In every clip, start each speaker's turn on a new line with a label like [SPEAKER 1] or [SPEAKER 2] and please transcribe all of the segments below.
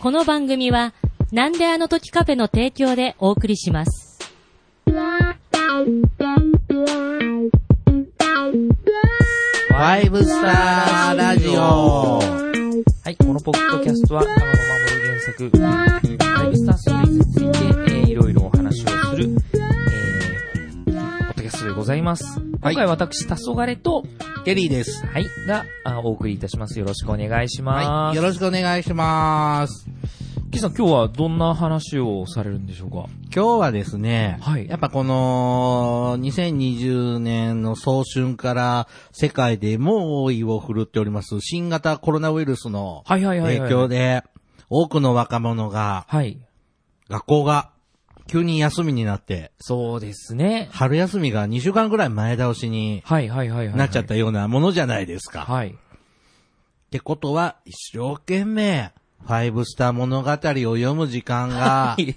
[SPEAKER 1] この番組は、なんであの時カフェの提供でお送りします。
[SPEAKER 2] ファイブスターラジオはい、このポッドキャストは、長野守原作、ファイブスターストーリーズについて、えーいろいろお話をする、えー、ポッドキャストでございます。
[SPEAKER 3] は
[SPEAKER 2] 今
[SPEAKER 3] い
[SPEAKER 2] 回私、黄昏と、
[SPEAKER 3] ケリーです。
[SPEAKER 2] はい、が、あお送りいたします。よろしくお願いしま
[SPEAKER 3] はい。
[SPEAKER 2] す。
[SPEAKER 3] よろしくお願いします。
[SPEAKER 2] キーさん、今日はどんな話をされるんでしょうか
[SPEAKER 3] 今日はですね、
[SPEAKER 2] はい
[SPEAKER 3] やっぱこの、2020年の早春から世界で猛威を振るっております、新型コロナウイルスの
[SPEAKER 2] はいはいはい、
[SPEAKER 3] 影
[SPEAKER 2] はい。
[SPEAKER 3] 響で、多くの若者が、
[SPEAKER 2] はい。
[SPEAKER 3] 学校が急に休みになって、
[SPEAKER 2] そうですね。
[SPEAKER 3] 春休みが2週間ぐらい前倒しに
[SPEAKER 2] はいはいはいはい。
[SPEAKER 3] なっちゃったようなものじゃないですか。
[SPEAKER 2] はい。
[SPEAKER 3] ってことは、一生懸命、ファイブスター物語を読む時間が
[SPEAKER 2] はい。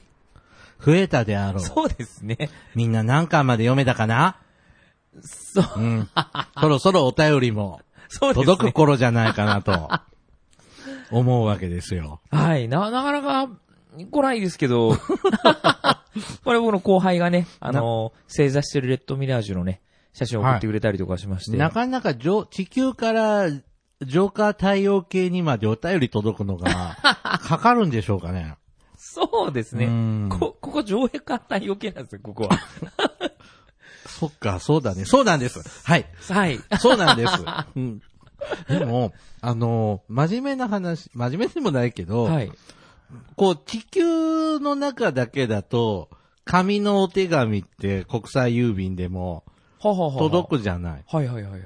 [SPEAKER 3] 増えたであろう。
[SPEAKER 2] そうですね。
[SPEAKER 3] みんな何巻まで読めたかな
[SPEAKER 2] そう、
[SPEAKER 3] うん。そろそろお便りも
[SPEAKER 2] そうですね。
[SPEAKER 3] 届く頃じゃないかなと、思うわけですよ。
[SPEAKER 2] はい。な、なかなか来ないですけど、 これ僕の後輩がね、あの、正座してるレッドミラージュのね、写真を送ってくれたりとかしまして。
[SPEAKER 3] なかなか上地球からジョーカー太陽系にまでお便り届くのが、かかるんでしょうかね。
[SPEAKER 2] そうです
[SPEAKER 3] う
[SPEAKER 2] ね
[SPEAKER 3] ん。
[SPEAKER 2] こ、ここ上映簡単余計なんですよ、ここは。
[SPEAKER 3] そっか、そうだね。そうなんです。はい。
[SPEAKER 2] はい。
[SPEAKER 3] そうなんです。うん、でも、あの、真面目な話、真面目でもないけど、
[SPEAKER 2] はい。
[SPEAKER 3] こう、地球の中だけだと、紙のお手紙って国際郵便でも
[SPEAKER 2] はははは。
[SPEAKER 3] 届くじゃない。
[SPEAKER 2] はいはいはいはい。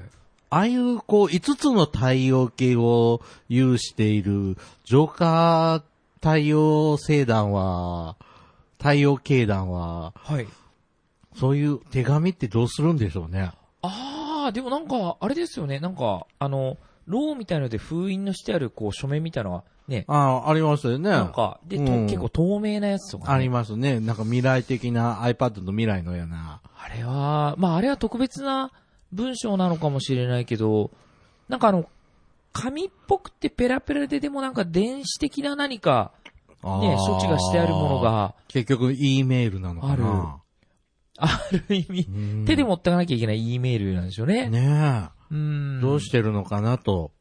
[SPEAKER 3] ああいう、こう、5つの太陽系を有している、ジョーカー太陽星団は、太陽系団は、
[SPEAKER 2] はい。
[SPEAKER 3] そういう手紙ってどうするんでしょうね。
[SPEAKER 2] あー、でもなんか、あれですよね、なんか、あの、ローみたいので封印のしてある、こう、書面みたいのが、ね、
[SPEAKER 3] ああ、ありましたよね。
[SPEAKER 2] なんか、で、と
[SPEAKER 3] うん
[SPEAKER 2] 結構透明なやつとかね
[SPEAKER 3] ありますね。なんか未来的な iPad の未来のような。
[SPEAKER 2] あれは、まああれは特別な文章なのかもしれないけど、なんかあの、紙っぽくてペラペラででもなんか電子的な何か、ね、
[SPEAKER 3] あー
[SPEAKER 2] 処置がしてあるもの。が
[SPEAKER 3] 結局、E メールなのかな。
[SPEAKER 2] ある意味、
[SPEAKER 3] うん
[SPEAKER 2] 手で持ってかなきゃいけない E メールなんでしょうね。
[SPEAKER 3] ね
[SPEAKER 2] う
[SPEAKER 3] え、
[SPEAKER 2] ん。
[SPEAKER 3] どうしてるのかなと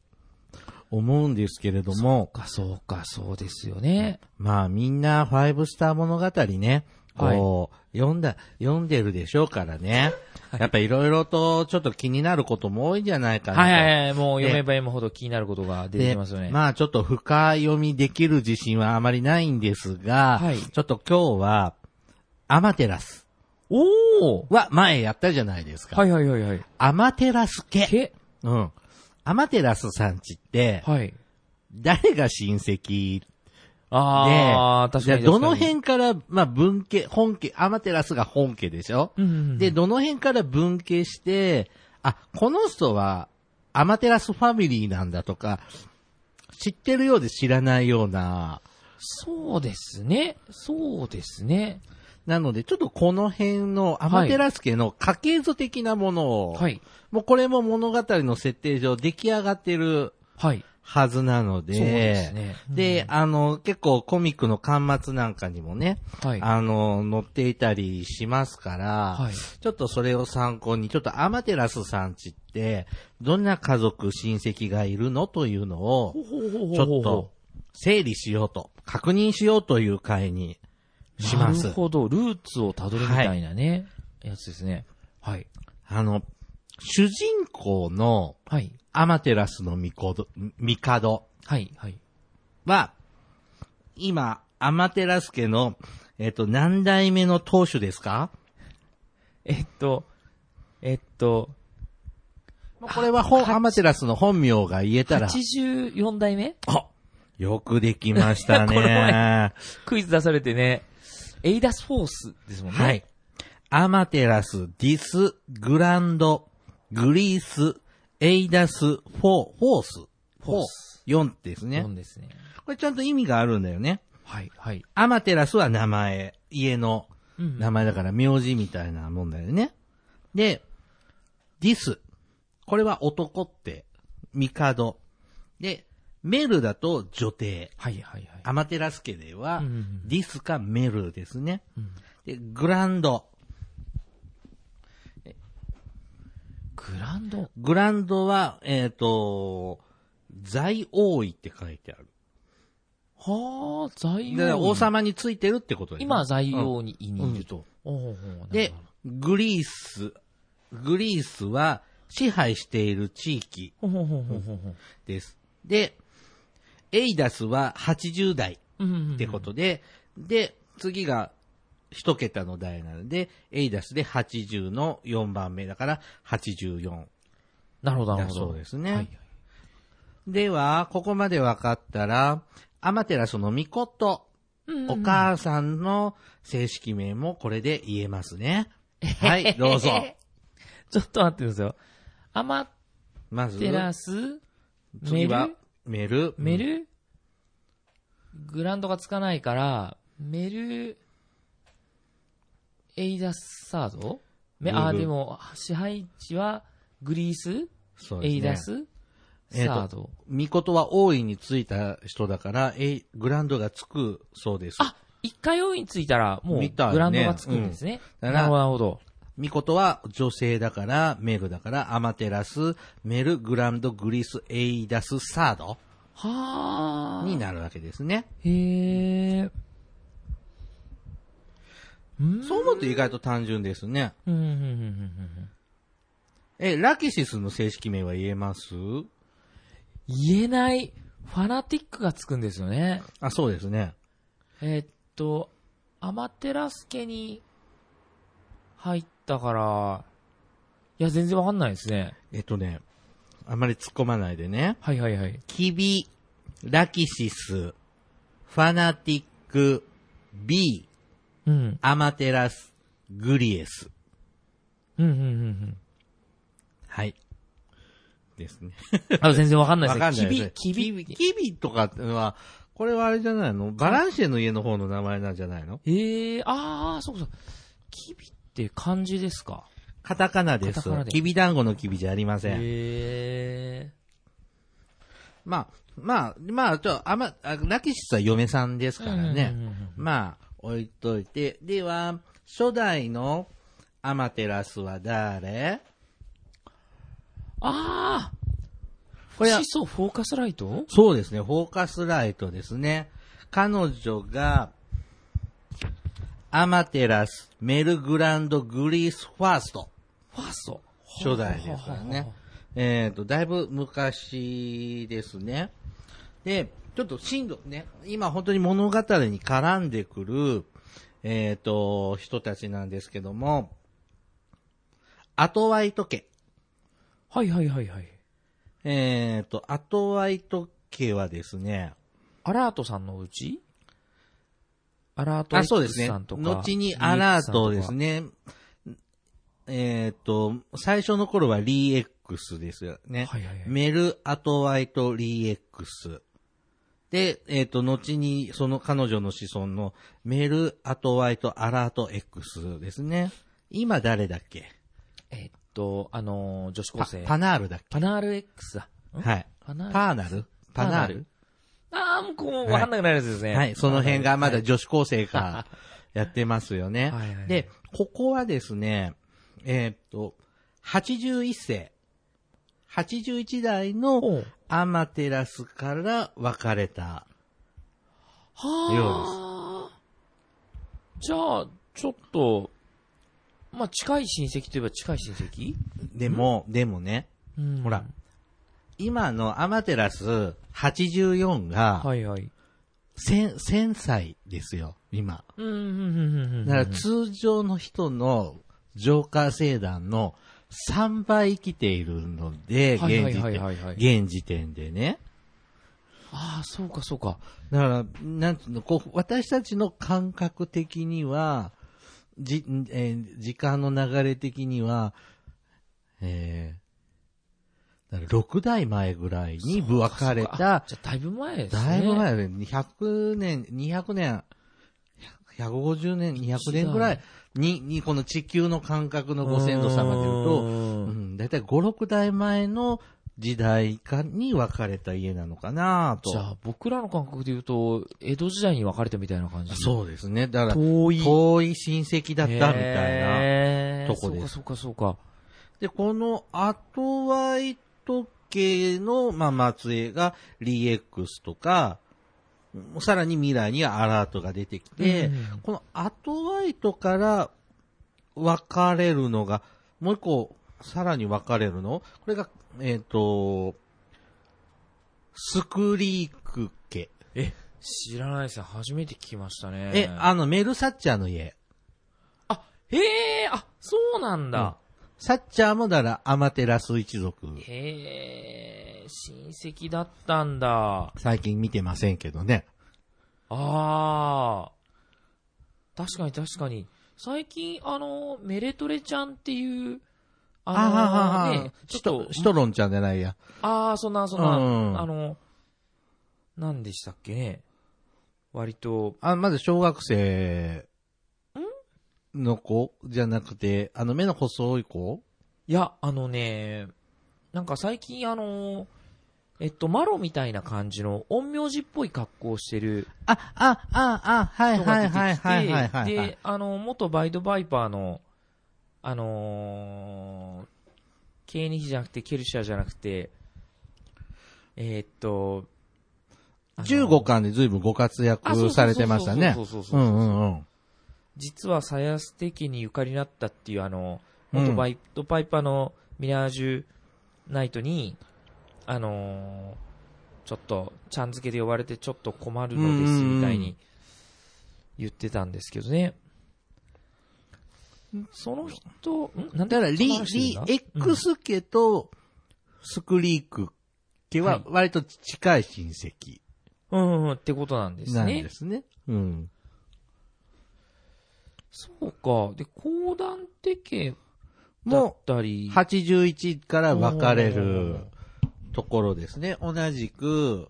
[SPEAKER 3] 思うんですけれども、
[SPEAKER 2] か、そうか、そうですよね。
[SPEAKER 3] まあみんなファイブスター物語ね、こう、読んだ、読んでるでしょうからね。やっぱいろいろとちょっと気になることも多いんじゃないかなと。
[SPEAKER 2] はいはいはい、もう読めば読むほど気になることが出てきますよね。
[SPEAKER 3] まあちょっと深読みできる自信はあまりないんですが、
[SPEAKER 2] はい
[SPEAKER 3] ちょっと今日は、アマテラス
[SPEAKER 2] おお
[SPEAKER 3] は前やったじゃないですか。
[SPEAKER 2] はいはいはいはい。
[SPEAKER 3] アマテラス家。
[SPEAKER 2] け、
[SPEAKER 3] うん。アマテラスさんちって、
[SPEAKER 2] はい。
[SPEAKER 3] 誰が親戚
[SPEAKER 2] ああ、確
[SPEAKER 3] じ
[SPEAKER 2] か
[SPEAKER 3] ゃあ
[SPEAKER 2] に。
[SPEAKER 3] ど
[SPEAKER 2] 確
[SPEAKER 3] の
[SPEAKER 2] かに
[SPEAKER 3] 辺から、まあ文系、本家、アマテラスが本家でしょ、
[SPEAKER 2] うんうんうん
[SPEAKER 3] で、どの辺から文系して、あ、この人はアマテラスファミリーなんだとか、知ってるようで知らないような、
[SPEAKER 2] そうですね。そうですね。
[SPEAKER 3] なので、ちょっとこの辺のアマテラス家の家系図的なものを、
[SPEAKER 2] はい。
[SPEAKER 3] もうこれも物語の設定上出来上がってる
[SPEAKER 2] はい。
[SPEAKER 3] はずなので、
[SPEAKER 2] そうですねうん
[SPEAKER 3] であの、結構コミックの巻末なんかにもね、
[SPEAKER 2] はい。
[SPEAKER 3] あの、載っていたりしますから、
[SPEAKER 2] はい
[SPEAKER 3] ちょっとそれを参考に、ちょっとアマテラスさんちって、どんな家族、親戚がいるのというのを、ち
[SPEAKER 2] ち
[SPEAKER 3] ょっと整理しようと、確認しようという会にし
[SPEAKER 2] な
[SPEAKER 3] ま
[SPEAKER 2] る
[SPEAKER 3] す。
[SPEAKER 2] ほど、ルーツをたどるみたいなね、やつですね。はい。
[SPEAKER 3] あの、主人公の
[SPEAKER 2] はい。
[SPEAKER 3] アマテラスのミコド、ミカド
[SPEAKER 2] はい。はい。
[SPEAKER 3] は、今、アマテラス家の、えっと、何代目の当主ですか
[SPEAKER 2] えっと、えっと、
[SPEAKER 3] まあこれは本、アマテラスの本名が言えたら、
[SPEAKER 2] 84代目
[SPEAKER 3] あよくできました
[SPEAKER 2] この
[SPEAKER 3] ね
[SPEAKER 2] 前。クイズ出されてね、エイダス・フォースですもんね。
[SPEAKER 3] はい。。アマテラス、ディス、グランド、グリース、エイダス、フォー、フォース。
[SPEAKER 2] フォース
[SPEAKER 3] 4ですね
[SPEAKER 2] 本。ですね。
[SPEAKER 3] これちゃんと意味があるんだよね。
[SPEAKER 2] はい。はい。
[SPEAKER 3] アマテラスは名前、家の
[SPEAKER 2] うん
[SPEAKER 3] 名前だから名字みたいなもんだよね。で、ディス。これは男って、ミカド。で、メルだと女帝。
[SPEAKER 2] はいはいはい。
[SPEAKER 3] アマテラス家では
[SPEAKER 2] うんうんうん、
[SPEAKER 3] ディスかメルですね。
[SPEAKER 2] うん
[SPEAKER 3] で、グランド。
[SPEAKER 2] グランド
[SPEAKER 3] グランドは、えっ、と、在王位って書いてある。
[SPEAKER 2] はあ、在
[SPEAKER 3] だから
[SPEAKER 2] 王
[SPEAKER 3] 王
[SPEAKER 2] に。
[SPEAKER 3] 様についてるってことね
[SPEAKER 2] 今、在王にい
[SPEAKER 3] うん
[SPEAKER 2] にいると。おうおう
[SPEAKER 3] で、、グリース。グリースは支配している地域
[SPEAKER 2] なるほどほうほうほうほうほう。
[SPEAKER 3] です。で、エイダスは80代
[SPEAKER 2] うんうんうん
[SPEAKER 3] ってことで、で、次が一桁の代なので、エイダスで80の4番目だから84。
[SPEAKER 2] なるほど、なるほ
[SPEAKER 3] だ
[SPEAKER 2] ど。
[SPEAKER 3] そうですね
[SPEAKER 2] はいはい
[SPEAKER 3] では、ここまで分かったら、アマテラスのミコト、お母さんの正式名もこれで言えま すね。はい、どうぞ。
[SPEAKER 2] ちょっと待ってくださいよ。アマ
[SPEAKER 3] まず、
[SPEAKER 2] テラス、メ
[SPEAKER 3] 次は
[SPEAKER 2] ル、
[SPEAKER 3] メル。
[SPEAKER 2] メル、グランドがつかないから、メル、エイダスサードめあー、
[SPEAKER 3] メル
[SPEAKER 2] でも、支配地はグリース、
[SPEAKER 3] そうで
[SPEAKER 2] エ
[SPEAKER 3] すね
[SPEAKER 2] イダス、
[SPEAKER 3] えーと
[SPEAKER 2] サード。
[SPEAKER 3] ミコトは王位についた人だから、えいグランドがつくそうです。
[SPEAKER 2] あ、一回王位についたら、もう、
[SPEAKER 3] みたいね
[SPEAKER 2] グランドがつくんですね。
[SPEAKER 3] う
[SPEAKER 2] な
[SPEAKER 3] ん
[SPEAKER 2] るほど、なるほど。
[SPEAKER 3] ミコトは女性だから、メルだから、アマテラス、メル、グランド、グリス、エイダス、サード
[SPEAKER 2] はあ。
[SPEAKER 3] になるわけですね。
[SPEAKER 2] へえ。
[SPEAKER 3] そう思うと意外と単純ですね。
[SPEAKER 2] うん、うん、うん、うんうん。
[SPEAKER 3] え、ラキシスの正式名は言えます
[SPEAKER 2] 言えない、ファナティックがつくんですよね。
[SPEAKER 3] あ、そうですね。
[SPEAKER 2] えーっと、アマテラス家に入ったから、いや、全然わかんないですね。
[SPEAKER 3] えっとね、あまり突っ込まないでね。
[SPEAKER 2] はいはいはい。
[SPEAKER 3] キビ、ラキシス、ファナティック、ビー、
[SPEAKER 2] うん。
[SPEAKER 3] アマテラス、グリエス。
[SPEAKER 2] うんうんうん
[SPEAKER 3] はい。ですね。
[SPEAKER 2] うん。あ、全然わかんない
[SPEAKER 3] わかん
[SPEAKER 2] です
[SPEAKER 3] な
[SPEAKER 2] ね。
[SPEAKER 3] いですね。
[SPEAKER 2] キビ、キビ。
[SPEAKER 3] キビとかってのは、これはあれじゃないのバランシェの家の方の名前なんじゃないの
[SPEAKER 2] ええー、あー、そうそう。キビって漢字ですか
[SPEAKER 3] カタカナで
[SPEAKER 2] カタ
[SPEAKER 3] す
[SPEAKER 2] カナ。で
[SPEAKER 3] キビ団子のキビじゃありませ
[SPEAKER 2] へ
[SPEAKER 3] ん。
[SPEAKER 2] え
[SPEAKER 3] まあ、まあ、まあ、ちょ、あま、あラキシスは嫁さんです
[SPEAKER 2] ー。
[SPEAKER 3] からね。
[SPEAKER 2] うんうんうん
[SPEAKER 3] まあ、置いといて。では、初代のアマテラスは誰
[SPEAKER 2] あー、
[SPEAKER 3] これは
[SPEAKER 2] シ、ソフォーカスライト
[SPEAKER 3] そうですね、フォーカスライトですね。彼女が、アマテラス、メルグランド、グリース、ファースト。
[SPEAKER 2] ファースト。
[SPEAKER 3] 初代ですからね。えっ、と、だいぶ昔ですね。で、ちょっと進路ね、今本当に物語に絡んでくる、えっ、と、人たちなんですけども、アトワイト家。
[SPEAKER 2] はいはいはいはい。
[SPEAKER 3] えっ、と、アトワイト家はですね、
[SPEAKER 2] アラートさんのうちアラート
[SPEAKER 3] あ、そうです
[SPEAKER 2] X
[SPEAKER 3] ね。
[SPEAKER 2] さんとか。
[SPEAKER 3] 後にアラートです
[SPEAKER 2] ね。
[SPEAKER 3] ね。えっ、と、最初の頃は 3X ですよね。
[SPEAKER 2] はいはいはい。
[SPEAKER 3] メル・アトワイト・リーエックス。で、えっ、と、後に、その彼女の子孫のメル・アトワイト・アラート X ですね。今誰だっけ
[SPEAKER 2] えっと、あのー、女子高
[SPEAKER 3] パ
[SPEAKER 2] 生。
[SPEAKER 3] パナールだっ
[SPEAKER 2] パナール X だ。
[SPEAKER 3] けはい。
[SPEAKER 2] パナ
[SPEAKER 3] パ
[SPEAKER 2] ール。
[SPEAKER 3] ーナルパナール
[SPEAKER 2] あー、もうこう、わかんなくなるやつですね。
[SPEAKER 3] はい。その辺がまだ女子高生
[SPEAKER 2] は
[SPEAKER 3] がやってますよね。
[SPEAKER 2] はいはい
[SPEAKER 3] で、ここはですね、えっ、と、81世。81代
[SPEAKER 2] お
[SPEAKER 3] の
[SPEAKER 2] う
[SPEAKER 3] アマテラスから別れた
[SPEAKER 2] はあ。じゃあ、ちょっと、まあ、近い親戚といえば近い親戚
[SPEAKER 3] でも、でもね、
[SPEAKER 2] うん
[SPEAKER 3] ほら。、今のアマテラス84が
[SPEAKER 2] はいはい。
[SPEAKER 3] 1000、1000歳ですよ、今。
[SPEAKER 2] うん、うん、うんうん、うん。
[SPEAKER 3] だから通常の人のジョーカー星団の3倍生きているので、現
[SPEAKER 2] はいはい
[SPEAKER 3] 時
[SPEAKER 2] はいはいはい
[SPEAKER 3] 点、現時点でね。
[SPEAKER 2] ああ、そうかそうか。
[SPEAKER 3] だから、なんつうの、こう、私たちの感覚的には、じ、えー時間の流れ的には、えー、だから6代前ぐらいに分かれ
[SPEAKER 2] あ
[SPEAKER 3] た、
[SPEAKER 2] じゃあ、だいぶ前ですね。
[SPEAKER 3] だいぶ前で、100年、200年、150年、200年ぐらいに、に、この地球の感覚のご先祖様でいうと、
[SPEAKER 2] う
[SPEAKER 3] うんん、だいたい5、6代前の時代かに分かれた家なのかなと。
[SPEAKER 2] じゃあ、僕らの感覚で言うと、江戸時代に分かれたみたいな感じ。う。
[SPEAKER 3] そうですね。だから、
[SPEAKER 2] 遠い。
[SPEAKER 3] 遠い親戚だったみたいな。
[SPEAKER 2] い
[SPEAKER 3] とこです
[SPEAKER 2] そうか、そうか、そうか。
[SPEAKER 3] で、この後ワイ時計の、まあ、末裔が LEX とか、さらに未来にはアラートが出てきて、
[SPEAKER 2] うん
[SPEAKER 3] この後ワイトから分かれるのが、もう一個、さらに分かれるのこれが、えっ、と、スクリーク家。
[SPEAKER 2] え、知らないですね。初めて聞きましたね。
[SPEAKER 3] え、あの、メル・サッチャーの家。
[SPEAKER 2] あ、へえ、あ、そうなんだ。
[SPEAKER 3] サッチャーもだから、アマテラス一族。
[SPEAKER 2] へえ、親戚だったんだ。
[SPEAKER 3] 最近見てませんけどね。
[SPEAKER 2] あー。確かに確かに。最近、あの、メレトレちゃんっていう、あの
[SPEAKER 3] あ
[SPEAKER 2] ね、
[SPEAKER 3] シ
[SPEAKER 2] ち
[SPEAKER 3] ト
[SPEAKER 2] ょっと、
[SPEAKER 3] シトロンちゃんじゃないや。
[SPEAKER 2] あー、そんな、そんな、
[SPEAKER 3] うん
[SPEAKER 2] あの、何でしたっけね。割と、
[SPEAKER 3] あ、まず小学生の子じゃなくて、あの目の細い子
[SPEAKER 2] いや、あのね、なんか最近あのえっと、マロみたいな感じの、陰陽師っぽい格好をしてる
[SPEAKER 3] あ、あ、あ、あ、は
[SPEAKER 2] 人が出てきて、で、あの、元バイドバイパーの、あのー、ケーニヒじゃなくて、ケルシアじゃなくて、えーっと、あの
[SPEAKER 3] 15巻で随分ご活躍されてましたね
[SPEAKER 2] そう。そうそうそうそうそうそ
[SPEAKER 3] う
[SPEAKER 2] うん
[SPEAKER 3] うんうん。
[SPEAKER 2] 実はサヤス的にゆかりなったっていうあの、元バイトパイパーのミラージュナイトに、あのーちょっと、ちゃん付けで呼ばれてちょっと困るのですみたいに言ってたんですけどね。その人、んなんで
[SPEAKER 3] だから、リ、
[SPEAKER 2] その話してん
[SPEAKER 3] リ
[SPEAKER 2] だ、うん
[SPEAKER 3] X 家とスクリーク家は
[SPEAKER 2] はい
[SPEAKER 3] 割と近い親戚
[SPEAKER 2] うん、うん、ってことなんですね。
[SPEAKER 3] なんですね。うん。
[SPEAKER 2] そうか。で、講談的系だっ
[SPEAKER 3] も
[SPEAKER 2] たり、
[SPEAKER 3] 81から分かれる
[SPEAKER 2] おー
[SPEAKER 3] ところですね。同じく、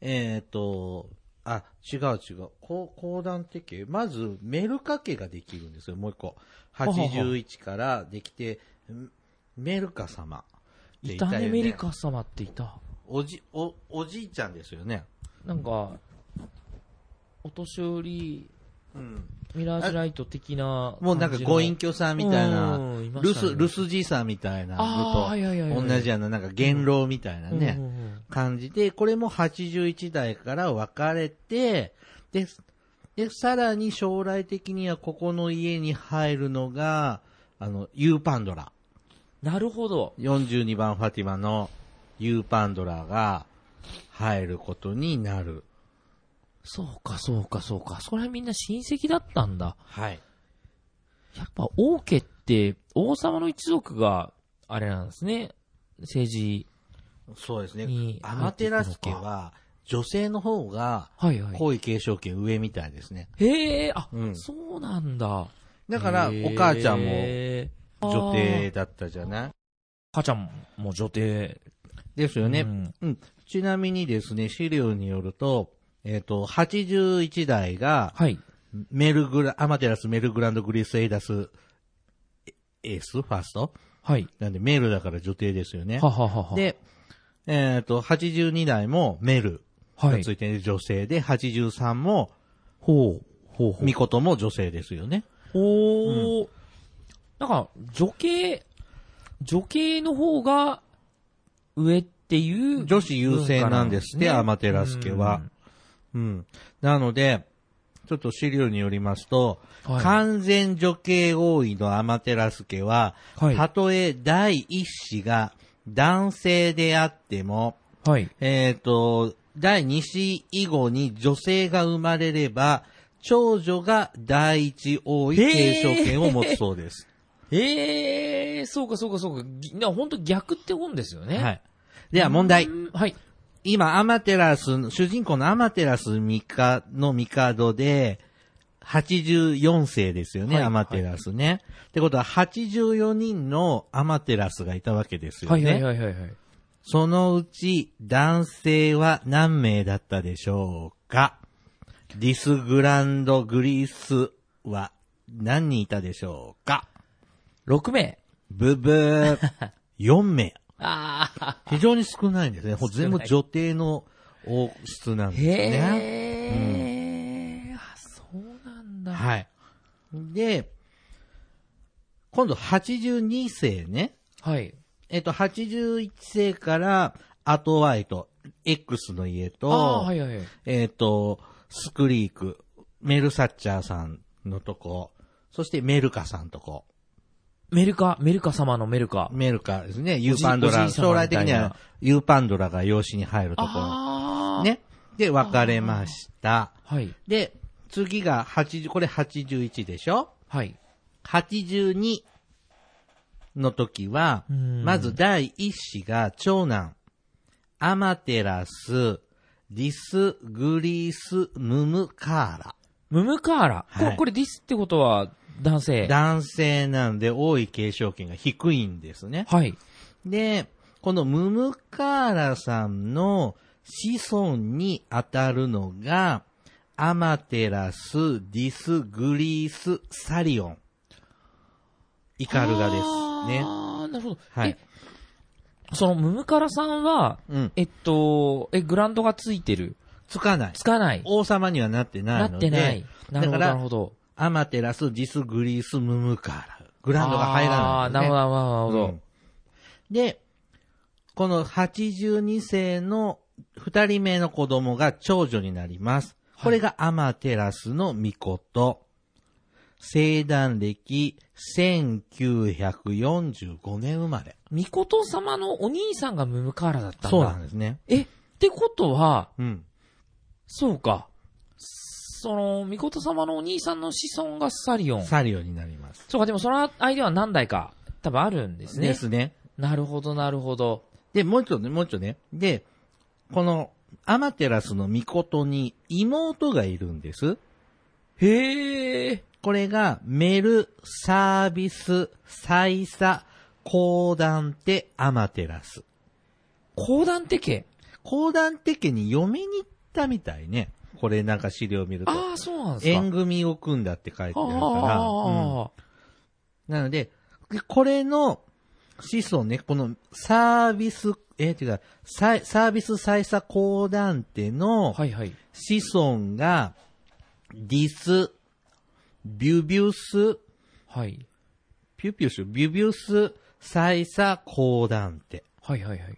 [SPEAKER 3] えっ、と、あ、違う違う。こう、講談的形まず、メルカ家ができるんですよ、もう一個。81からできて、メルカ様って
[SPEAKER 2] イ
[SPEAKER 3] いた
[SPEAKER 2] タ
[SPEAKER 3] よね
[SPEAKER 2] ネメリカ様っていた。
[SPEAKER 3] おじ、お、おじいちゃんですよね。
[SPEAKER 2] なんか、お年寄り、
[SPEAKER 3] うん。
[SPEAKER 2] ミラージュライト的な。
[SPEAKER 3] もうなんかご隠居さんみたいな、
[SPEAKER 2] うんいま
[SPEAKER 3] 留
[SPEAKER 2] したね
[SPEAKER 3] 守、留守じいさんみたいな
[SPEAKER 2] あーはいはいはい
[SPEAKER 3] の
[SPEAKER 2] は
[SPEAKER 3] と、
[SPEAKER 2] い
[SPEAKER 3] 同じような、なんか元老みたいなね。
[SPEAKER 2] うんうんうん
[SPEAKER 3] 感じで、これも81代から分かれて、で、で、さらに将来的にはここの家に入るのが、あの、ユーパンドラ。
[SPEAKER 2] なるほど。
[SPEAKER 3] 42番ファティマのユーパンドラが入ることになる。
[SPEAKER 2] そうか、そうか、そうか。それはみんな親戚だったんだ。
[SPEAKER 3] はい。
[SPEAKER 2] やっぱ王家って、王様の一族が、あれなんですね。政治。
[SPEAKER 3] そうですね
[SPEAKER 2] に。
[SPEAKER 3] アマテラス家は、女性の方が、
[SPEAKER 2] はいはい。
[SPEAKER 3] 皇位継承権上みたいですね。
[SPEAKER 2] へえ、あ、
[SPEAKER 3] うん
[SPEAKER 2] そうなんだ。
[SPEAKER 3] だから、
[SPEAKER 2] へー
[SPEAKER 3] お母ちゃんも女帝。だったじゃない
[SPEAKER 2] あー母ちゃんも女帝。
[SPEAKER 3] ですよね。
[SPEAKER 2] うん
[SPEAKER 3] うん。ちなみにですね、資料によると、えっ、と、81代が、
[SPEAKER 2] はい。
[SPEAKER 3] メルグラ、アマテラス、メルグランド、グリス、エイダス、エエース、ファースト
[SPEAKER 2] はい。
[SPEAKER 3] なんで、メルだから女帝ですよね
[SPEAKER 2] は。ははは。、
[SPEAKER 3] で、えっ、と、82代もメル
[SPEAKER 2] は
[SPEAKER 3] が
[SPEAKER 2] い
[SPEAKER 3] つ。いてる女性で、83も、
[SPEAKER 2] ほう、ほう、ほう
[SPEAKER 3] ミ。コトも女性ですよね。
[SPEAKER 2] おー。なんか、女系、女系の方が上っていう。
[SPEAKER 3] 女子優勢なんですって、
[SPEAKER 2] 文化
[SPEAKER 3] ア
[SPEAKER 2] な
[SPEAKER 3] マ
[SPEAKER 2] んで
[SPEAKER 3] テ
[SPEAKER 2] すね
[SPEAKER 3] ラス家は。うん。なので、ちょっと資料によりますと、
[SPEAKER 2] はい
[SPEAKER 3] 完全女系王位のアマテラス家は、
[SPEAKER 2] はい
[SPEAKER 3] たとえ第一子が男性であっても、
[SPEAKER 2] うんはい。
[SPEAKER 3] えっ、と、第二子以後に女性が生まれれば、長女が第一王位継承権を持つそうです。
[SPEAKER 2] えー、そうかそうかそうか。ぎな本当逆って本ですよね。
[SPEAKER 3] はい。では問題
[SPEAKER 2] う。ん。はい。
[SPEAKER 3] 今、アマテラスの、主人公のアマテラスミカの帝で、84世ですよね、
[SPEAKER 2] はい
[SPEAKER 3] アマテラスね。ってことは、84人のアマテラスがいたわけですよ
[SPEAKER 2] は
[SPEAKER 3] ね。
[SPEAKER 2] いはいはいはいはい。
[SPEAKER 3] そのうち、男性は何名だったでしょうかディスグランドグリースは何人いたでしょうか
[SPEAKER 2] 6名。
[SPEAKER 3] ブブ ー、4名。
[SPEAKER 2] ああ。
[SPEAKER 3] 非常に少ないんですね。ほんと全部
[SPEAKER 2] 少ない
[SPEAKER 3] 女帝の王室なんですね。
[SPEAKER 2] へえ。あ、そうなんだ。
[SPEAKER 3] はい。で、今度82世ね。
[SPEAKER 2] はい。
[SPEAKER 3] えっと、81世からアトワイト、X の家と、
[SPEAKER 2] ああー、はいはいはい。
[SPEAKER 3] えっ、と、スクリーク、メルサッチャーさんのとこ、そしてメルカさんとこ。
[SPEAKER 2] メルカ、メルカ様のメルカ。
[SPEAKER 3] メルカですね、ユーパンド
[SPEAKER 2] お
[SPEAKER 3] ラ。
[SPEAKER 2] じい様
[SPEAKER 3] 将来
[SPEAKER 2] み
[SPEAKER 3] 的
[SPEAKER 2] たいな
[SPEAKER 3] にはユーパンドラが養子に入るとこ
[SPEAKER 2] あ
[SPEAKER 3] ろ。
[SPEAKER 2] あ。。
[SPEAKER 3] ね。で、別れました。
[SPEAKER 2] はい。
[SPEAKER 3] で、次が80、これ81でしょ
[SPEAKER 2] はい。
[SPEAKER 3] ?82 の時は、
[SPEAKER 2] うん
[SPEAKER 3] まず第一子が長男、アマテラス、ディス、グリース、ムムカーラ。
[SPEAKER 2] ムムカーラ。
[SPEAKER 3] はい
[SPEAKER 2] これ、これディスってことは、男性。
[SPEAKER 3] 男性なんで多い継承権が低いんですね。
[SPEAKER 2] はい。
[SPEAKER 3] で、このムムカーラさんの子孫に当たるのが、アマテラス、ディス、グリース、サリオン。イカルガです。ね。
[SPEAKER 2] ああ、なるほど。
[SPEAKER 3] はい
[SPEAKER 2] え、そのムムカラさんは、
[SPEAKER 3] うん。
[SPEAKER 2] えっと、え、グランドがついてる。
[SPEAKER 3] つかない
[SPEAKER 2] つ。かない。
[SPEAKER 3] 王様にはなってな
[SPEAKER 2] ないっ
[SPEAKER 3] の
[SPEAKER 2] て
[SPEAKER 3] で、
[SPEAKER 2] ない。なるほど、
[SPEAKER 3] だか
[SPEAKER 2] な
[SPEAKER 3] ら
[SPEAKER 2] るほど。
[SPEAKER 3] アマテラス、ディス、グリース、ムムカーラ。グランドが入らないんですね、
[SPEAKER 2] ああー、なるほど、なるほ
[SPEAKER 3] う
[SPEAKER 2] ど
[SPEAKER 3] ん。で、この82世の2人目の子供が長女になります。これがアマテラスの御事。生誕歴1945年生まれ。
[SPEAKER 2] ミコト様のお兄さんがムムカーラだったんだ。
[SPEAKER 3] そうなんですね。
[SPEAKER 2] え、ってことは、
[SPEAKER 3] うん。
[SPEAKER 2] そうか。その、ミコト様のお兄さんの子孫がサリオン。
[SPEAKER 3] サリオになります。
[SPEAKER 2] そうか、でもその間は何代か、多分あるんですね。
[SPEAKER 3] ですね。
[SPEAKER 2] なるほど、なるほど。
[SPEAKER 3] で、もう一度ね、もう一度ね。で、このアマテラスの御事に妹がいるんです。
[SPEAKER 2] へえ。
[SPEAKER 3] これが、メル、サービス、再査、高段手、アマテラス。
[SPEAKER 2] 高段手家。
[SPEAKER 3] 高段手家に嫁に行ったみたいね。これなんか資料見ると。
[SPEAKER 2] ああ、そうなんですか。
[SPEAKER 3] 縁組を組んだって書いてあるから。うん
[SPEAKER 2] ああ、
[SPEAKER 3] なので、でこれの子孫ね、このサービス、えー、ていうか、さいサービス再査高段手の
[SPEAKER 2] はいはい。
[SPEAKER 3] 子孫が、ディス、ビュビュス、
[SPEAKER 2] はい。
[SPEAKER 3] ピュピュシュ、ビュビュス、サイサ、コーダンテ。
[SPEAKER 2] はいはいはい。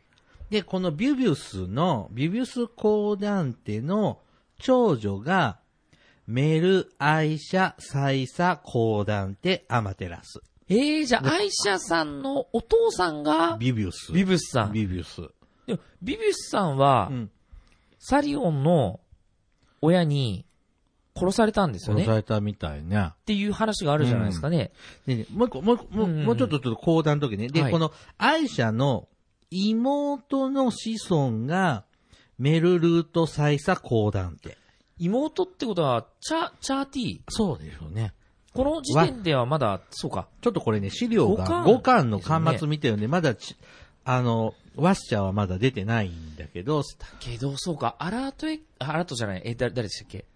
[SPEAKER 3] で、このビュビュスの、ビュビュスコーダンテの長女が、メル、アイシャ、サイサ、コーダンテ、アマテラス。
[SPEAKER 2] ええじゃあ、アイシャさんのお父さんが、
[SPEAKER 3] ビュビュス。
[SPEAKER 2] ビブスさん。
[SPEAKER 3] ビュビュス。
[SPEAKER 2] でもビブスさんは
[SPEAKER 3] う、ん。
[SPEAKER 2] サリオンの親に殺されたんですよ
[SPEAKER 3] 殺
[SPEAKER 2] ね。
[SPEAKER 3] さ
[SPEAKER 2] っ
[SPEAKER 3] れたみたいね。
[SPEAKER 2] ていう話があるじゃないですかね。
[SPEAKER 3] でね、もう一個、もう一個、もう
[SPEAKER 2] うんうん
[SPEAKER 3] もうちょっとちょっと講談の時ね。で、
[SPEAKER 2] はい
[SPEAKER 3] この、アイシャの妹の子孫が、メルルートサイサ講談って。
[SPEAKER 2] 妹ってことは、チャ、チャーティー。
[SPEAKER 3] そうでしょうね。
[SPEAKER 2] この時点ではまだ、そうか。
[SPEAKER 3] ちょっとこれね、資料
[SPEAKER 2] 五巻
[SPEAKER 3] が5巻の巻末見てるんで、まだち、あの、ワッシャーはまだ出てないんだけど、
[SPEAKER 2] けど、そうか。アラートエ、アラートじゃない。え、だ誰でしたっけ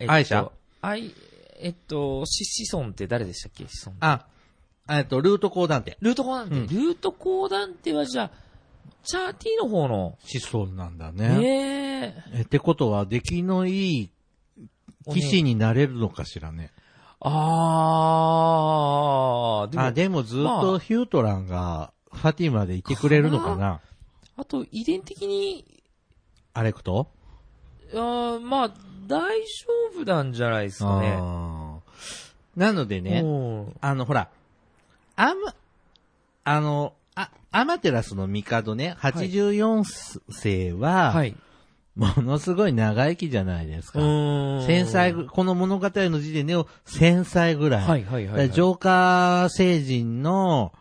[SPEAKER 2] え
[SPEAKER 3] アイシャ
[SPEAKER 2] アイ、えっと、シシソンって誰でしたっけシソン。
[SPEAKER 3] あ、えっと、ルート講談って。
[SPEAKER 2] ルートコーダンテ。
[SPEAKER 3] うん
[SPEAKER 2] ルートコーダンテはじゃあ、チャーティーの方の、
[SPEAKER 3] 子孫なんだね。
[SPEAKER 2] ねえ。
[SPEAKER 3] えってことは、出来のいい騎士になれるのかしらね。
[SPEAKER 2] あー、でも、
[SPEAKER 3] あ、でもずっとヒュートランが、ファティマでいてくれるのか
[SPEAKER 2] か
[SPEAKER 3] な
[SPEAKER 2] あと遺伝的に、
[SPEAKER 3] アレクト
[SPEAKER 2] あーまあ、大丈夫なんじゃないですかね。
[SPEAKER 3] あーなのでね、
[SPEAKER 2] ね。
[SPEAKER 3] あの、ほら、アマ、あの、あ、アマテラスの帝ね、84世は、
[SPEAKER 2] はい。
[SPEAKER 3] ものすごい長生きじゃないですか。
[SPEAKER 2] ーん
[SPEAKER 3] 1000歳ぐ、この物語の時点で1000歳ぐらい。
[SPEAKER 2] はいはいはいはい。
[SPEAKER 3] だから浄化星人の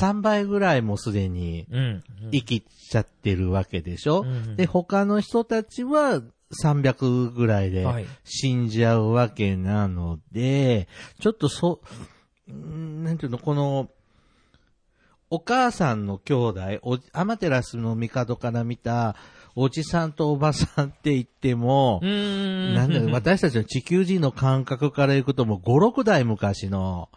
[SPEAKER 3] 3倍ぐらいもすでに
[SPEAKER 2] うん。
[SPEAKER 3] 生きちゃってるわけでしょ、
[SPEAKER 2] うん
[SPEAKER 3] で、他の人たちは300ぐらいで
[SPEAKER 2] はい
[SPEAKER 3] 死んじゃうわけなので、ちょっとそ、うんなんていうの、この、お母さんの兄弟、おアマテラスの帝から見た、おじさんとおばさんって言っても、
[SPEAKER 2] うーん。
[SPEAKER 3] なんだろう、私たちの地球人の感覚からいくともう5、6代昔の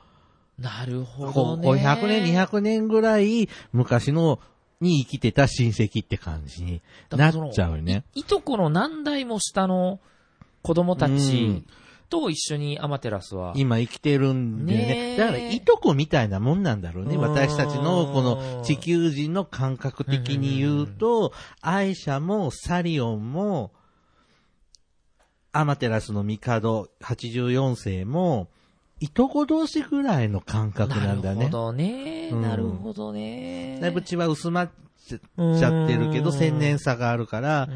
[SPEAKER 2] なるほど
[SPEAKER 3] こう
[SPEAKER 2] ね。
[SPEAKER 3] 500年、200年ぐらい昔のに生きてた親戚って感じになっちゃうよね。
[SPEAKER 2] いとこの何代も下の子供た
[SPEAKER 3] う
[SPEAKER 2] ち
[SPEAKER 3] ん
[SPEAKER 2] と一緒にアマテラスは。
[SPEAKER 3] 今生きてるんでね。
[SPEAKER 2] ねえ
[SPEAKER 3] だから、いとこみたいなもんなんだろうね。
[SPEAKER 2] うん
[SPEAKER 3] 私たちの、この、地球人の感覚的に言うと、アイシャもサリオンも、アマテラスの帝84世も、いとこ同士ぐらいの感覚なん
[SPEAKER 2] な
[SPEAKER 3] だ
[SPEAKER 2] る
[SPEAKER 3] ね
[SPEAKER 2] ほ。どね。
[SPEAKER 3] うん
[SPEAKER 2] なるほどね。
[SPEAKER 3] だいぶ血は薄まっちゃ
[SPEAKER 2] うん
[SPEAKER 3] ちゃってるけど、千年差があるか
[SPEAKER 2] う
[SPEAKER 3] ら
[SPEAKER 2] ん。、い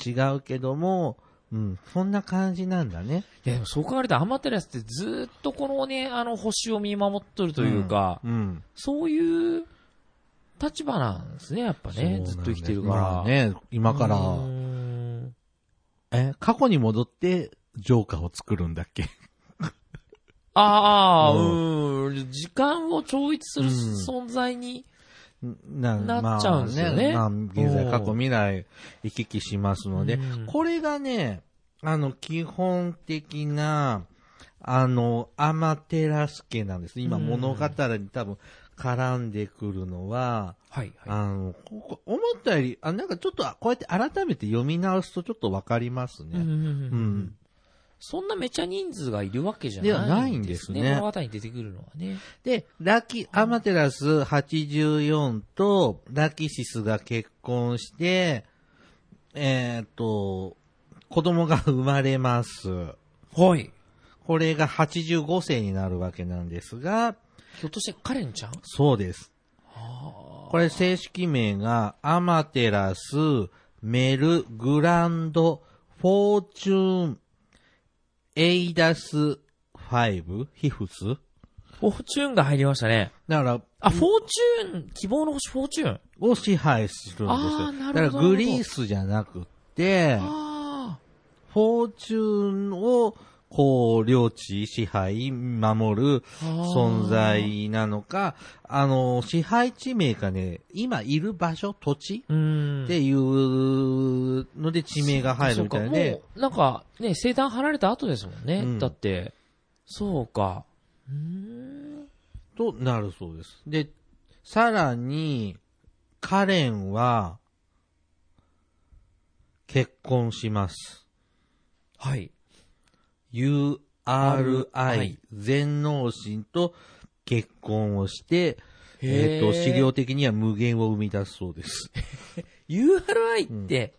[SPEAKER 3] 違うけども、うん、そんな感じなんだね。
[SPEAKER 2] や、でもそう考えるとアマテラスってずっとこのね、あの星を見守っとるというか、
[SPEAKER 3] うん。
[SPEAKER 2] そういう立場なんですね、やっぱ
[SPEAKER 3] そうなん
[SPEAKER 2] ね。
[SPEAKER 3] です
[SPEAKER 2] ずっと生きてるから。
[SPEAKER 3] まあね、今から、
[SPEAKER 2] うん
[SPEAKER 3] え、過去に戻って、ジョーカーを作るんだっけ
[SPEAKER 2] ああ、
[SPEAKER 3] う
[SPEAKER 2] うん、時間を超越する
[SPEAKER 3] う
[SPEAKER 2] 存在に、
[SPEAKER 3] な
[SPEAKER 2] なっちゃうんですよね
[SPEAKER 3] まあねまあ現
[SPEAKER 2] う
[SPEAKER 3] 在、
[SPEAKER 2] ん
[SPEAKER 3] 過去、未来、行き来しますので、
[SPEAKER 2] うん
[SPEAKER 3] これがね、あの、基本的な、あの、アマテラス家なんです。今、
[SPEAKER 2] うん
[SPEAKER 3] 物語に多分、絡んでくるのは、
[SPEAKER 2] はい、はい。
[SPEAKER 3] あの、ここ思ったより、あ、なんかちょっと、こうやって改めて読み直すとちょっとわかります
[SPEAKER 2] うん
[SPEAKER 3] ね。
[SPEAKER 2] うんうん
[SPEAKER 3] うん
[SPEAKER 2] そんなめちゃ人数がいるわけじゃない
[SPEAKER 3] ではないんですね
[SPEAKER 2] 物語に出てくるのはね。
[SPEAKER 3] で、ラキ、アマテラス84とラキシスが結婚して、えーっ、と、子供が生まれます。
[SPEAKER 2] はい。
[SPEAKER 3] これが85世になるわけなんですが、
[SPEAKER 2] ひょっとしてカレンちゃん
[SPEAKER 3] そうです。
[SPEAKER 2] あ
[SPEAKER 3] これ正式名が、アマテラス、メル、グランド、フォーチューン、エイダス、ファイブ、ヒフス
[SPEAKER 2] あ。フォーチューンが入りましたね。
[SPEAKER 3] だから、
[SPEAKER 2] あ、フォーチューン、希望の星フォーチューン。
[SPEAKER 3] を支配するん
[SPEAKER 2] あ
[SPEAKER 3] です
[SPEAKER 2] ーなるほ
[SPEAKER 3] よ。
[SPEAKER 2] ど
[SPEAKER 3] だからグリースじゃなくって、
[SPEAKER 2] あ
[SPEAKER 3] フォーチューンを、こう、領地、支配、守る
[SPEAKER 2] あー
[SPEAKER 3] 存在なのか、あの、支配地名かね、今いる場所、土地
[SPEAKER 2] あ。うん。
[SPEAKER 3] っていうので地名が入るみたい
[SPEAKER 2] そう
[SPEAKER 3] で
[SPEAKER 2] か、もう、なんか、ね、生誕離れた後ですもんね。
[SPEAKER 3] うん
[SPEAKER 2] だって、そうか。うーん。
[SPEAKER 3] となるそうです。で、さらに、カレンは、結婚します。
[SPEAKER 2] はい。
[SPEAKER 3] URI 全能神と結婚をして、
[SPEAKER 2] へー
[SPEAKER 3] えっ、と、資料的には無限を生み出すそうです。
[SPEAKER 2] URI って、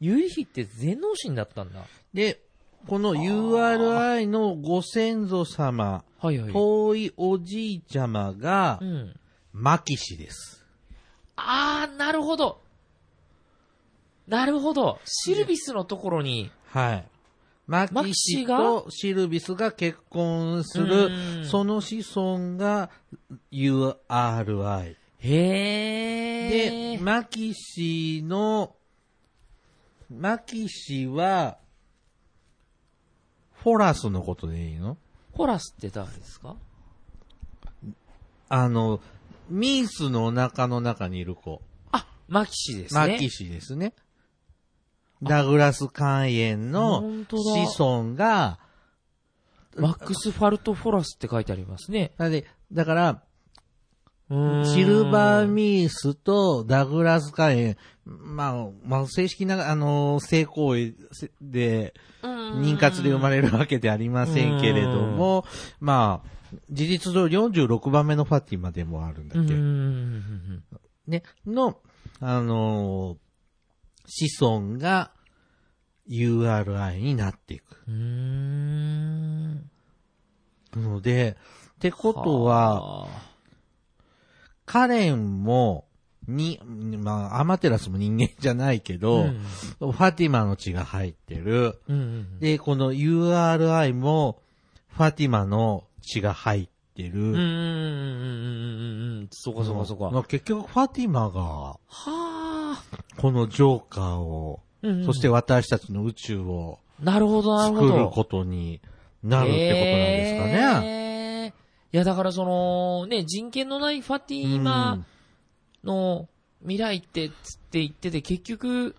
[SPEAKER 2] 有利比って全能神だったんだ。
[SPEAKER 3] で、この URI のご先祖様、
[SPEAKER 2] はいはい。
[SPEAKER 3] 遠いおじいちゃまが
[SPEAKER 2] う、ん。
[SPEAKER 3] マキシです。
[SPEAKER 2] あー、なるほど。なるほど。シルビスのところに、
[SPEAKER 3] はい。マキシとシルビスが結婚す
[SPEAKER 2] うん
[SPEAKER 3] る、その子孫が URI。
[SPEAKER 2] へ
[SPEAKER 3] で、
[SPEAKER 2] ー。
[SPEAKER 3] マキシの、マキシは、フォラスのことでいいの
[SPEAKER 2] ホラスって誰ですか
[SPEAKER 3] あの、ミースのお腹の中にいる子。
[SPEAKER 2] あ、マキシですね。
[SPEAKER 3] マキシですね。ダグラス肝炎の
[SPEAKER 2] 本当だ
[SPEAKER 3] 子孫が、
[SPEAKER 2] マックス・ファルト・フォラスって書いてありますね。
[SPEAKER 3] だってだから、
[SPEAKER 2] うーん
[SPEAKER 3] シルバーミースとダグラス肝炎、まあ、まあ、正式な、あの、性行為で、妊活で生まれるわけでありませんけれども、まあ、事実上46番目のファティマでもあるんだっけ、
[SPEAKER 2] うんうんうん
[SPEAKER 3] ね、の、あのー子孫が URI になっていく。
[SPEAKER 2] うんうんうん。うーん。
[SPEAKER 3] ので、ってことは、
[SPEAKER 2] あ
[SPEAKER 3] カレンも、に、まあ、アマテラスも人間じゃないけ
[SPEAKER 2] ー、
[SPEAKER 3] ど、
[SPEAKER 2] うん
[SPEAKER 3] ファティマの血が入ってる。
[SPEAKER 2] うんうん
[SPEAKER 3] で、この URI も、ファティマの血が入ってる。
[SPEAKER 2] うんうんうんうんうんうん。そうかそうかそうか。
[SPEAKER 3] ま
[SPEAKER 2] は
[SPEAKER 3] あ結局、ファティマが、
[SPEAKER 2] あ。
[SPEAKER 3] このジョーカーを、
[SPEAKER 2] うんうん
[SPEAKER 3] そして私たちの宇宙を
[SPEAKER 2] なるほど、なるほ
[SPEAKER 3] 作
[SPEAKER 2] ど。
[SPEAKER 3] ることになるってことなんですかね。
[SPEAKER 2] えーいや、だからその、ね、人権のないファティ
[SPEAKER 3] う
[SPEAKER 2] マ
[SPEAKER 3] ん
[SPEAKER 2] の未来って、つって言ってて、結局、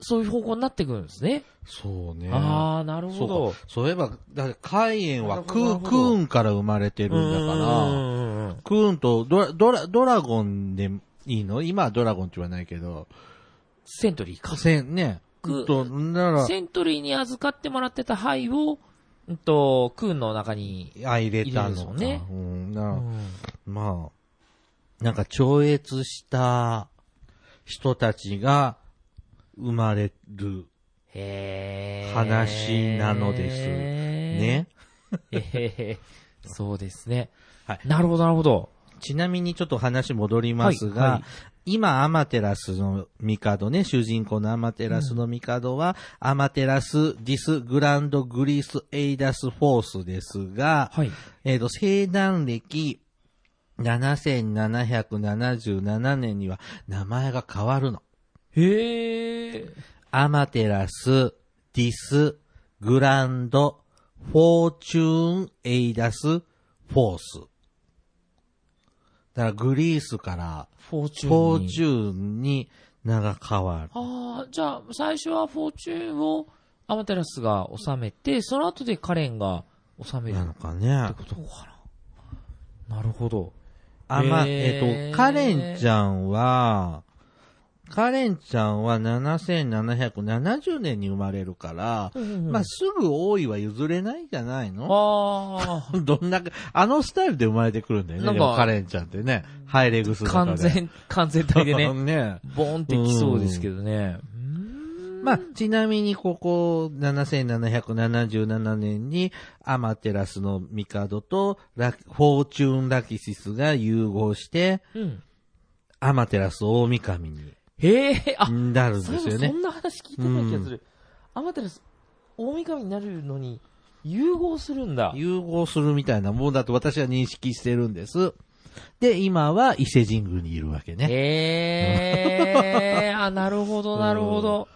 [SPEAKER 2] そういう方向になってくるんですね。
[SPEAKER 3] そうね。
[SPEAKER 2] ああ、なるほ
[SPEAKER 3] そう
[SPEAKER 2] ど
[SPEAKER 3] か。。そういえば、だって、海塩はク
[SPEAKER 2] なる
[SPEAKER 3] ー
[SPEAKER 2] ほど
[SPEAKER 3] クーンから生まれてるんだから、
[SPEAKER 2] ら。
[SPEAKER 3] クーンとドラ、ドラ、ドラゴンでいいの今はドラゴンって言わないけど、
[SPEAKER 2] セントリーか
[SPEAKER 3] 河。川ね。
[SPEAKER 2] ク
[SPEAKER 3] と、なら、
[SPEAKER 2] セントリーに預かってもらってた灰を、うんと、クーンの中に。
[SPEAKER 3] あ、入れたのか。
[SPEAKER 2] 入れるんです
[SPEAKER 3] ね。うん、な
[SPEAKER 2] う
[SPEAKER 3] ら、
[SPEAKER 2] ん
[SPEAKER 3] まあ、なんか超越した人たちが生まれる。
[SPEAKER 2] へー
[SPEAKER 3] 話なのですね。。
[SPEAKER 2] へへ そうですね。
[SPEAKER 3] はい
[SPEAKER 2] なるほど、なるほど。
[SPEAKER 3] ちなみにちょっと話戻りますが、
[SPEAKER 2] はいはい
[SPEAKER 3] 今、アマテラスの帝ね、主人公のアマテラスの帝は、アマテラス・ディス・グランド・グリース・エイダス・フォースですが、
[SPEAKER 2] はい。
[SPEAKER 3] えっ、と、生誕歴7777年には名前が変わるの。
[SPEAKER 2] へえ。
[SPEAKER 3] アマテラス・ディス・グランド・フォーチューン・エイダス・フォース。だからグリースから
[SPEAKER 2] フォーチュ
[SPEAKER 3] フ
[SPEAKER 2] ーン
[SPEAKER 3] ォ
[SPEAKER 2] に。
[SPEAKER 3] ーチューンに名が変わる。
[SPEAKER 2] ああ、じゃあ、最初はフォーチューンをアマテラスが収めて、その後でカレンが収める
[SPEAKER 3] な
[SPEAKER 2] っ
[SPEAKER 3] の
[SPEAKER 2] て
[SPEAKER 3] かね。
[SPEAKER 2] ことかな。なるほど。
[SPEAKER 3] あ、まあ、
[SPEAKER 2] へー
[SPEAKER 3] えっと、カレンちゃんは、カレンちゃんは7770年に生まれるから、まあ、すぐ多いは譲れないんじゃないの
[SPEAKER 2] あ
[SPEAKER 3] どんなか、あのスタイルで生まれてくるんだよね。
[SPEAKER 2] なん
[SPEAKER 3] で
[SPEAKER 2] か
[SPEAKER 3] もカレンちゃんってね。ハイレグス
[SPEAKER 2] あ、
[SPEAKER 3] とかで
[SPEAKER 2] 完 全、完全体でね、
[SPEAKER 3] ね
[SPEAKER 2] ボーンってきそうですけどね。
[SPEAKER 3] まあ、ちなみにここ、7777年に、アマテラスの帝とラ、フォーチューンラキシスが融合して、
[SPEAKER 2] うん。
[SPEAKER 3] アマテラス大神に
[SPEAKER 2] へえ、あ、
[SPEAKER 3] なるん
[SPEAKER 2] そ
[SPEAKER 3] で
[SPEAKER 2] う
[SPEAKER 3] す
[SPEAKER 2] いえ
[SPEAKER 3] よ
[SPEAKER 2] ばそ
[SPEAKER 3] ね。
[SPEAKER 2] んな話聞いてない気がする。アマテラス、大神になるのに、融合するんだ。
[SPEAKER 3] 融合するみたいなもんだと私は認識してるんです。で、今は伊勢神宮にいるわけね。
[SPEAKER 2] へえ、あ、なるほど、なるほど。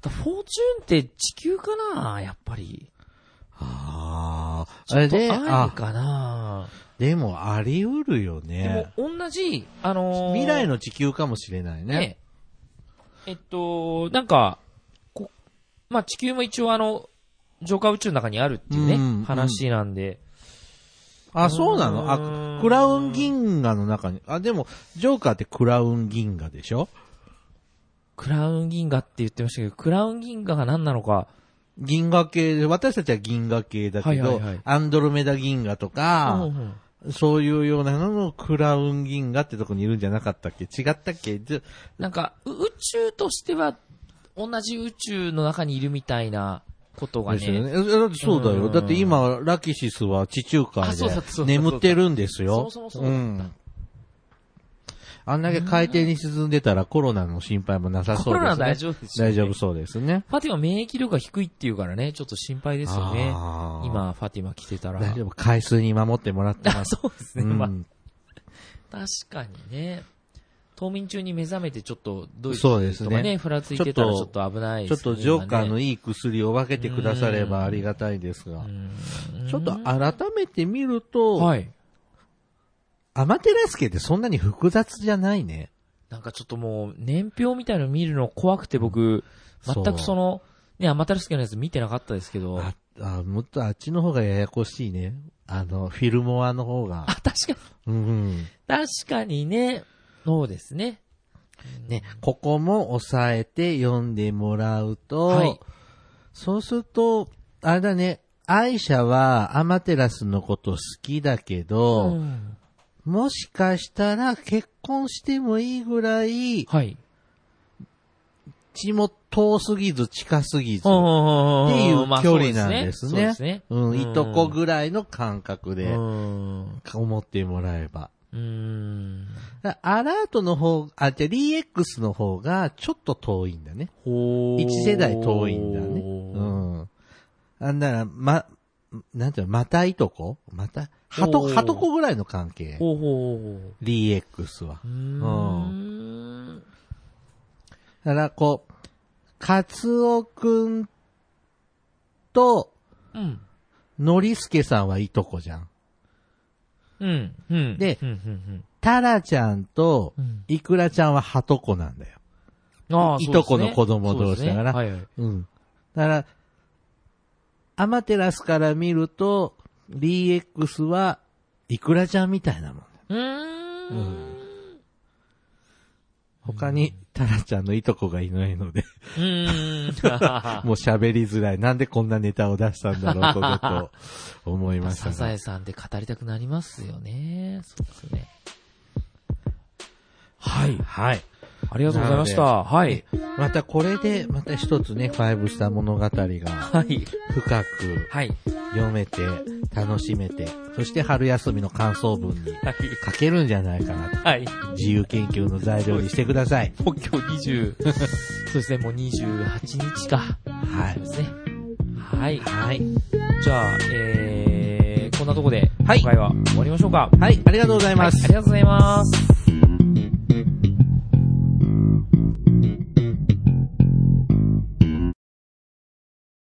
[SPEAKER 2] だフォーチューンって地球かなやっぱり。
[SPEAKER 3] ああ、
[SPEAKER 2] ち
[SPEAKER 3] あ
[SPEAKER 2] ょ
[SPEAKER 3] れ
[SPEAKER 2] っと
[SPEAKER 3] で、
[SPEAKER 2] 愛
[SPEAKER 3] あ、
[SPEAKER 2] かな
[SPEAKER 3] でもあり得るよね。
[SPEAKER 2] でも、同じ、あのー
[SPEAKER 3] 未来の地球かもしれないね。
[SPEAKER 2] ね。えっと、なんか、こまあ、地球も一応あの、浄化宇宙の中にあるっていうね、
[SPEAKER 3] うん
[SPEAKER 2] 話なんで。
[SPEAKER 3] あ、そうなの
[SPEAKER 2] うー
[SPEAKER 3] あ、
[SPEAKER 2] ん
[SPEAKER 3] クラウン銀河の中に。あ、でも、ジョーカーってクラウン銀河でしょ
[SPEAKER 2] クラウン銀河って言ってましたけど、クラウン銀河が何なのか、
[SPEAKER 3] 銀河系で、私たちは銀河系だけど、
[SPEAKER 2] はいはいはい
[SPEAKER 3] アンドロメダ銀河と
[SPEAKER 2] う
[SPEAKER 3] か
[SPEAKER 2] ん、うん
[SPEAKER 3] そういうようなののクラウン銀河ってとこにいるんじゃなかったっけ違ったっけじゃ
[SPEAKER 2] なんか、う宇宙としては、同じ宇宙の中にいるみたいなことが
[SPEAKER 3] ですよ
[SPEAKER 2] ね。
[SPEAKER 3] ね。えだってそうだよ。
[SPEAKER 2] うん
[SPEAKER 3] だって今、ラキシスは地中海
[SPEAKER 2] あそうだそうだそ
[SPEAKER 3] で
[SPEAKER 2] うだ
[SPEAKER 3] 眠ってるんですよ。
[SPEAKER 2] そもそもそうだった
[SPEAKER 3] ん。あんだけ海底に沈んでたらコロナの心配もなさそうです
[SPEAKER 2] コ
[SPEAKER 3] ね。
[SPEAKER 2] ロナ大丈夫ですよ、ね。
[SPEAKER 3] 大丈夫。そうですね。
[SPEAKER 2] ファティマ免疫力が低いっていうからね、ちょっと心配ですよね。
[SPEAKER 3] あー
[SPEAKER 2] 今、ファティマ来てたら。
[SPEAKER 3] 大丈夫。海水に守ってもらって
[SPEAKER 2] あ
[SPEAKER 3] ます。
[SPEAKER 2] そうですね。
[SPEAKER 3] うん
[SPEAKER 2] まあ、確かにね。冬眠中に目覚めてちょっと、ドイツ
[SPEAKER 3] そうです
[SPEAKER 2] と
[SPEAKER 3] ね
[SPEAKER 2] かね、ふらついてたら
[SPEAKER 3] ち
[SPEAKER 2] ち
[SPEAKER 3] ょ
[SPEAKER 2] ょ
[SPEAKER 3] っ
[SPEAKER 2] っ
[SPEAKER 3] と
[SPEAKER 2] と危ない
[SPEAKER 3] ちょ
[SPEAKER 2] で
[SPEAKER 3] っ
[SPEAKER 2] すよ
[SPEAKER 3] と
[SPEAKER 2] ね。
[SPEAKER 3] ジョーカーの
[SPEAKER 2] 今ね
[SPEAKER 3] いい薬を分けてくださればありがたいですが、ちょっと改めて見ると、
[SPEAKER 2] はい。
[SPEAKER 3] アマテラス家ってそんなに複雑じゃないね。
[SPEAKER 2] なんかちょっともう、年表みたいの見るの怖くて僕、
[SPEAKER 3] そう
[SPEAKER 2] 全くその、ね、アマタルスケのやつ見てなかったですけど。
[SPEAKER 3] あ、あもっとあっちの方がややこしいね。あの、フィルモアの方が
[SPEAKER 2] あ、。確かに、
[SPEAKER 3] うん。
[SPEAKER 2] 確かにね。そうですね。
[SPEAKER 3] ね、ここも押さえて読んでもらうと、
[SPEAKER 2] はい
[SPEAKER 3] そうすると、あれだね、愛車はアマテラスのこと好きだけど、
[SPEAKER 2] うん
[SPEAKER 3] もしかしたら結婚してもいいぐらい、
[SPEAKER 2] はい。
[SPEAKER 3] 血も遠すぎず近すぎず、っ
[SPEAKER 2] て
[SPEAKER 3] ていう距離なんです
[SPEAKER 2] そう
[SPEAKER 3] ね
[SPEAKER 2] ですね。。
[SPEAKER 3] うん、いとこぐらいの感覚
[SPEAKER 2] う
[SPEAKER 3] で、
[SPEAKER 2] ん。う
[SPEAKER 3] 思ってもらえば。
[SPEAKER 2] ーん。
[SPEAKER 3] だアラートの方、あ、じゃあ DX の方がちょっと遠いんだね。
[SPEAKER 2] ほー
[SPEAKER 3] 一世代遠いんだね。うん。あんなら、ま、なんていうの、またいとこまた、は
[SPEAKER 2] お
[SPEAKER 3] と、
[SPEAKER 2] ー
[SPEAKER 3] はとこぐらいの関係。
[SPEAKER 2] ほうほうほう
[SPEAKER 3] DX は
[SPEAKER 2] ほう。う。ーん。
[SPEAKER 3] だから、こう、カツオくんと、
[SPEAKER 2] うん。
[SPEAKER 3] ノリスケさんはいとこじゃん。
[SPEAKER 2] うん。うん。
[SPEAKER 3] で
[SPEAKER 2] うんうんうん
[SPEAKER 3] タラちゃんと
[SPEAKER 2] う、ん
[SPEAKER 3] イクラちゃんははとこなんだよ。
[SPEAKER 2] ああ
[SPEAKER 3] いとこの子供同士だから
[SPEAKER 2] そうですねはいはい
[SPEAKER 3] うん。だから、アマテラスから見ると、DX は、イクラちゃんみたいなもん。
[SPEAKER 2] うーん。
[SPEAKER 3] 他に、タラちゃんのいとこがいないので、
[SPEAKER 2] うーん。
[SPEAKER 3] もう喋りづらい。なんでこんなネタを出したんだろうと、ちょっと、思いました
[SPEAKER 2] サ
[SPEAKER 3] が
[SPEAKER 2] ザエさんで語りたくなりますよね。そうですね。はい。
[SPEAKER 3] はい。
[SPEAKER 2] ありがとうございました。
[SPEAKER 3] な
[SPEAKER 2] はい。
[SPEAKER 3] またこれで、また一つね、ファイブスター物語が
[SPEAKER 2] はい。
[SPEAKER 3] 深く
[SPEAKER 2] はい。
[SPEAKER 3] 読めて、楽しめて、そして春休みの感想文に
[SPEAKER 2] はい。
[SPEAKER 3] 書けるんじゃないかなと。
[SPEAKER 2] はい。
[SPEAKER 3] 自由研究の材料にしてください。
[SPEAKER 2] もう今日20、そう ですね、もう28日か。
[SPEAKER 3] は
[SPEAKER 2] そ
[SPEAKER 3] い
[SPEAKER 2] で。
[SPEAKER 3] う
[SPEAKER 2] すね。はい。
[SPEAKER 3] はい。
[SPEAKER 2] じゃあ、えー、こんなとこで、
[SPEAKER 3] はい
[SPEAKER 2] 今回は終わりましょうか。
[SPEAKER 3] はい、ありがとうございます
[SPEAKER 2] は。ありがとうございます。